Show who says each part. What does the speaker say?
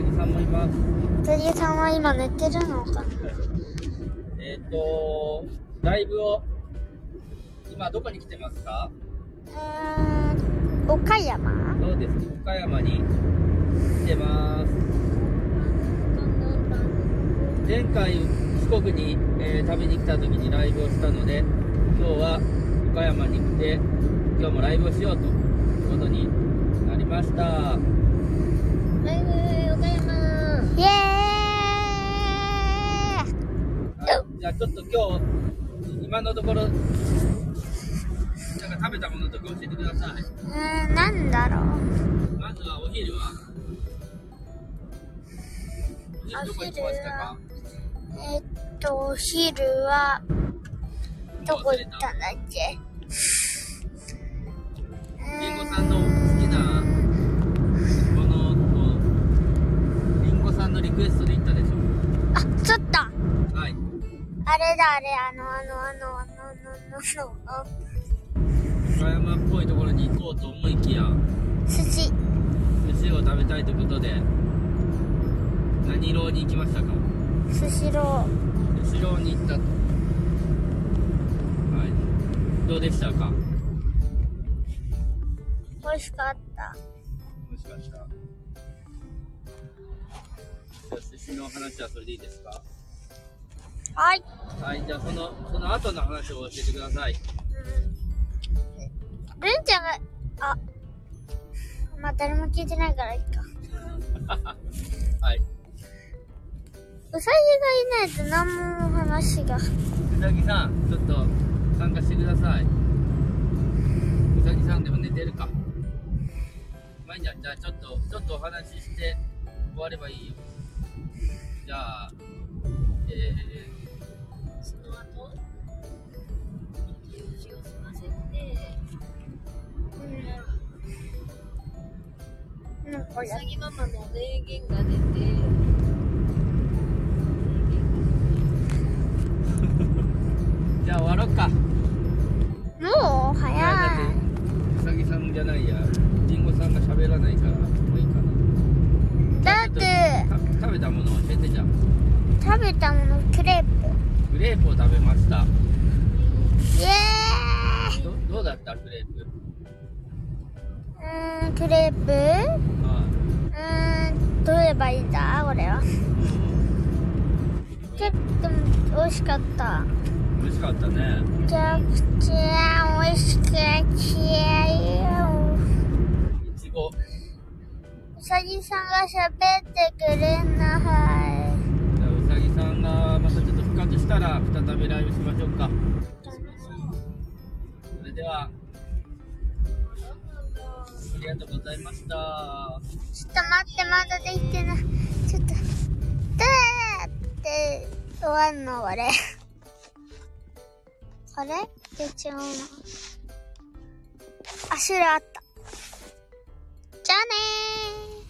Speaker 1: ぎさんもいます。
Speaker 2: 鳥さんは今寝てるのかな
Speaker 1: えっ、と、ライブを、今どこに来てますか
Speaker 2: えー、岡山
Speaker 1: そうです。岡山に来てます。前回四国に、えー旅に来た時にライブをしたので今日は岡山に来て今日もライブをしようということになりました
Speaker 3: ライブ岡山
Speaker 2: イエー
Speaker 1: はいじゃあちょっと今日今のところなんか食べたものとか教えてください
Speaker 2: イうーん、なんだろう
Speaker 1: まずはお昼はお昼どこ行きましたか
Speaker 2: えっと、お昼は、どこ行ったんだっけ
Speaker 1: りんごさんの好きなものをりんごさんのリクエストで行ったでしょ
Speaker 2: あ、ちょっとあ
Speaker 1: はい
Speaker 2: れだ、あれ、あの、あの、あの、あの、あの、あの、あの、
Speaker 1: 岡山っぽいところに行こうと思いきや
Speaker 2: 寿司、
Speaker 1: 寿司を食べたいということで何色に行きましたか
Speaker 2: 寿司ロー。
Speaker 1: 寿司郎に行ったとはいどうでしたか
Speaker 2: 美味しかった。
Speaker 1: もしかしたじゃあ寿司の話はそれでいいですか
Speaker 2: はい。
Speaker 1: はいじゃあそのその後の話を教えてください
Speaker 2: うん。るんちゃんが、あ、まあ、誰も聞いてないからいいか。
Speaker 1: はいう
Speaker 2: さぎがいないと何も話が。
Speaker 1: うさぎさんちょっと参加してくださいうさぎさんでも寝てるかまあいいんじゃんじゃあちょっとちょっとお話しして終わればいいよじゃあえ
Speaker 3: その後用事を済ませて
Speaker 2: なんか
Speaker 3: う
Speaker 2: や
Speaker 3: さぎママの名言が出て
Speaker 1: ーじゃあ終わろっか
Speaker 2: もう早
Speaker 1: やだ
Speaker 2: い。
Speaker 1: ってうさぎさんじゃないやりんごさんが喋らないからもういいかな
Speaker 2: だって、
Speaker 1: た食べたもの教えてじゃん
Speaker 2: 食べたものクレープ。
Speaker 1: クレープを食べました
Speaker 2: イエーイ
Speaker 1: どどうだったクレープ
Speaker 2: うーん、クレープ
Speaker 1: あ
Speaker 2: うーん、どう言えばいいんだこれは。
Speaker 1: あうん
Speaker 2: 結構美味しかった。
Speaker 1: 美味しかったね
Speaker 2: めちゃくちゃ美味しくちゃよ。
Speaker 1: いちご
Speaker 2: うさぎさんが喋ってくれな
Speaker 1: じゃあうさぎさんがまたちょっと復活したら再びライブしましょうかそれではありがとうございました
Speaker 2: い。ちょっと待って、まだできてない。ちょっと、でーって終わんの、俺。これって違うの。あ、種類あった。じゃあねー。